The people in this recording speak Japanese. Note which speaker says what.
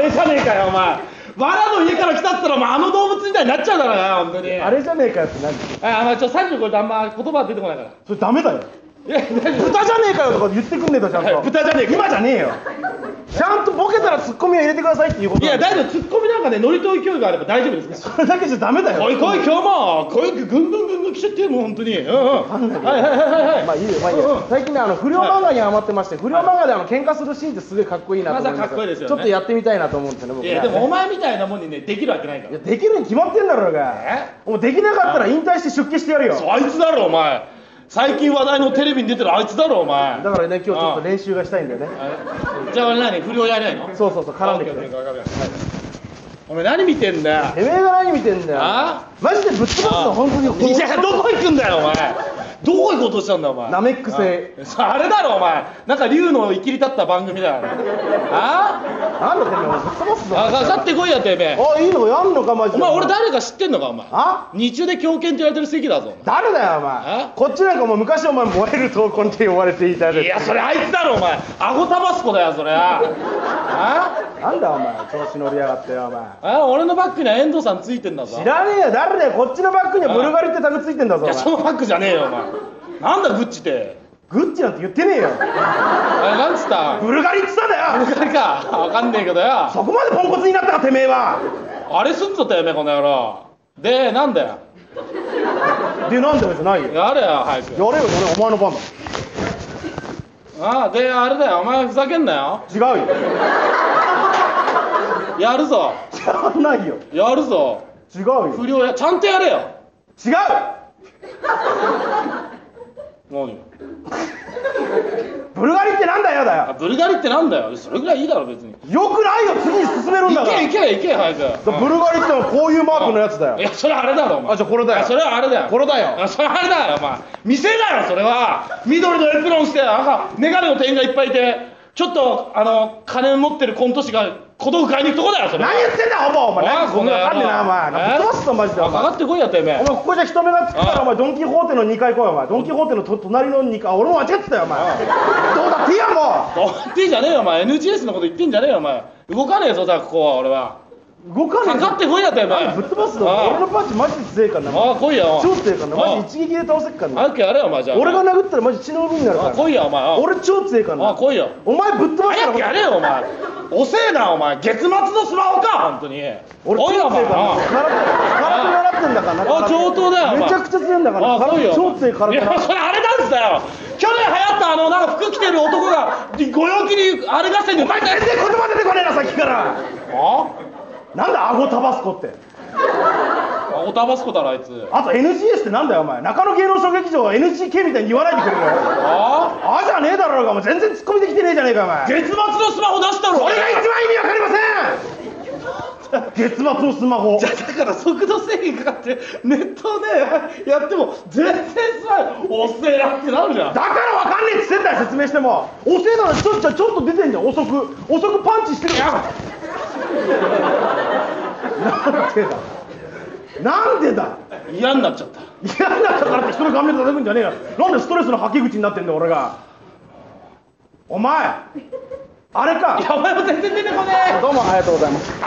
Speaker 1: れじゃねえかよお前わらの家から来たっつったらお前あの動物みたいになっちゃうからな本当に
Speaker 2: あれじゃねえかよって何
Speaker 1: ああのちょ35ってあんま言葉出てこないから
Speaker 2: それダメだよ
Speaker 1: いや大丈夫
Speaker 2: 豚じゃねえかよとか言ってくんねえとちゃんと
Speaker 1: 豚じゃねえか
Speaker 2: 今じゃねえよちゃんとボケたらツッコミを入れてくださいっていうこと
Speaker 1: い
Speaker 2: な
Speaker 1: や
Speaker 2: んだよ
Speaker 1: 大丈夫ツッコミなんかねノリと勢いがあれば大丈夫ですから
Speaker 2: それだけじゃダメだよ
Speaker 1: おい来い今日も来いぐんぐんぐんぐん来ちゃってよもう本当にうんうんはいはいはいはいはい
Speaker 2: まあいいよまあいいよ、
Speaker 1: うん
Speaker 2: 最近ねあの不良漫画にハマってまして、不良漫画であの喧嘩するシーンってすごいかっこいいなと思うん
Speaker 1: まあかっこいいですよね
Speaker 2: ちょっとやってみたいなと思うんですよね
Speaker 1: うん
Speaker 2: 僕
Speaker 1: い
Speaker 2: ね
Speaker 1: やでもお前みたいなもんにねできるわけないか
Speaker 2: い
Speaker 1: ら
Speaker 2: やできるに決まってんだろうが
Speaker 1: え
Speaker 2: もうできなかったら引退して出家してやるよ
Speaker 1: そうあいつだろお前最近話題のテレビに出てるあいつだろお前
Speaker 2: だからね今日ちょっと
Speaker 1: ね
Speaker 2: 練習がしたいんだよね
Speaker 1: じゃあ俺何不良やりないの
Speaker 2: そうそうそう絡んでく
Speaker 1: オッ
Speaker 2: る
Speaker 1: ケーオッケーオッケーわかるよお前何見てんだよ
Speaker 2: てめえが何見てんだよ
Speaker 1: あ
Speaker 2: マジでぶっ飛ばす
Speaker 1: あ
Speaker 2: の本当に
Speaker 1: いやどこ行くんだよお前どこ行こうとしたんだお前
Speaker 2: ナメック星
Speaker 1: ああれだろお前なんか竜の生きり立った番組だよあ
Speaker 2: なんだてめえお前ぶっ飛ばす
Speaker 1: ああかかってこいやてめえ
Speaker 2: ぞあいいのやんのかマジ
Speaker 1: お
Speaker 2: で
Speaker 1: 前俺誰か知ってんのかお前
Speaker 2: あ
Speaker 1: 日中で狂犬って言われてる席だぞ
Speaker 2: 誰だよお
Speaker 1: え
Speaker 2: 前こっちなんかもう昔お前燃える闘魂って呼ばれていた
Speaker 1: お前いやそれあいつだろお前アゴタバスコだよそれあ
Speaker 2: なんだお前調子乗りやがってよお前
Speaker 1: あ俺のバッグには遠藤さんついてんだぞ
Speaker 2: 知らねえよ誰だよこっちのバッグにはブルガリってタグついてんだぞお
Speaker 1: いやそ
Speaker 2: 前
Speaker 1: のバッグじゃねえよお前なんだグッチって
Speaker 2: グッチなんて言ってねえよ
Speaker 1: あれなんつった
Speaker 2: ブルガリっつったんだよ
Speaker 1: あれかわかんねえけどよ
Speaker 2: そこまでポンコツになったかてめえは
Speaker 1: あれすんぞてめえこの野郎でなんだよ
Speaker 2: でなんだよじゃないよや
Speaker 1: やれよ早
Speaker 2: れ
Speaker 1: く
Speaker 2: よ俺お前の番だ
Speaker 1: ああであれだよお前ふざけんなよ
Speaker 2: 違うよ
Speaker 1: やるぞ
Speaker 2: 違わないよ
Speaker 1: やるぞ
Speaker 2: 違うよ
Speaker 1: 不良やちゃんとやれよ
Speaker 2: 違う
Speaker 1: 何
Speaker 2: ブルガリってなんだよだ
Speaker 1: あ
Speaker 2: よ
Speaker 1: ブルガリってなんだよそれぐらいいいだろ別にい
Speaker 2: よくないよ次に進めるんだか
Speaker 1: け
Speaker 2: ら
Speaker 1: いけいけ早く
Speaker 2: だブルガリってのはこういうマークのやつだ
Speaker 1: い
Speaker 2: よ
Speaker 1: やそれあれだろお前
Speaker 2: あじゃあこれだよ
Speaker 1: いやそれはあれだよ
Speaker 2: これだよ
Speaker 1: あそれあれだよお前店だよそれは緑のエプロンして赤眼鏡の店員がいっぱいいてちょっとあの金持ってるコント師が小道具買いに行くとこだよそれ
Speaker 2: 何言ってんだよほぼお前
Speaker 1: おい
Speaker 2: 何こんなわかんねえなお前
Speaker 1: この野郎
Speaker 2: ぶっ飛ばすぞマジでお
Speaker 1: か
Speaker 2: 前
Speaker 1: かってこいやてめ
Speaker 2: お
Speaker 1: え
Speaker 2: 前ここじゃ人目がつくか
Speaker 1: ああ
Speaker 2: らお前ドン・キホーテの2階来いお前ドン・キホーテのと隣の2階あ俺も間違ってたよお前どうだっていいやも
Speaker 1: どうやってんじゃねえよお前 NGS のこと言ってんじゃねえよお前動かねえぞだここは俺は
Speaker 2: う動かね
Speaker 1: か
Speaker 2: え
Speaker 1: かってこいやてめえ
Speaker 2: ぶっ飛ばすぞ
Speaker 1: ああ
Speaker 2: 俺のパンチマジで強いからな
Speaker 1: ああ来いやお前
Speaker 2: 超強いからな
Speaker 1: ああ
Speaker 2: マジ一撃で倒せっからな
Speaker 1: 早くやれよお前じゃあ
Speaker 2: 俺が殴ったらマジ血の海になる
Speaker 1: あ
Speaker 2: か
Speaker 1: あ来
Speaker 2: ら
Speaker 1: いやお前ああ
Speaker 2: 俺超強いから
Speaker 1: ああ
Speaker 2: な
Speaker 1: 来いよ
Speaker 2: お前ぶっ飛ばしたら
Speaker 1: 早くやれよお前遅えなお前月末のスマホか本当に
Speaker 2: 俺超
Speaker 1: おいよ
Speaker 2: 強
Speaker 1: お前
Speaker 2: いからな
Speaker 1: あ
Speaker 2: 空手空手習ってんだからな
Speaker 1: あ
Speaker 2: 空手
Speaker 1: 上等だよお前
Speaker 2: めちゃくちゃ強いんだからな
Speaker 1: あ来
Speaker 2: 空
Speaker 1: いよ
Speaker 2: 手超強い空手
Speaker 1: い
Speaker 2: な
Speaker 1: やそれあれなんですだよ去年流行ったあのなんか服着てる男がご陽気にあれ合戦にお前
Speaker 2: 全然言葉出てこねえなさっきから
Speaker 1: あ
Speaker 2: なんだ顎タバスコって
Speaker 1: あおたばすこだろあいつ
Speaker 2: あと NGS ってなんだよお前中野芸能小劇場は NGK みたいに言わないでくれるよ
Speaker 1: あ
Speaker 2: あじゃねえだろうがお前全然突っ込みできてねえじゃねえかお前
Speaker 1: 月末のスマホ出したろ
Speaker 2: これが一番意味わかりません月末のスマホ
Speaker 1: だから速度制限かかってネットをねやっても全然すまない遅えなってなるじゃん
Speaker 2: だからわかんねえっつってんだよ説明しても遅えならちょっとちょっと出てんじゃん遅く遅くパンチしてるやなんでだなんでだ
Speaker 1: 嫌になっちゃった
Speaker 2: 嫌になったからって人の顔面で叩くんじゃねえよなんでストレスの吐き口になってんだよ俺がお前あれ
Speaker 1: い
Speaker 2: か
Speaker 1: やお前も全然出てこねえ
Speaker 2: どうもありがとうございます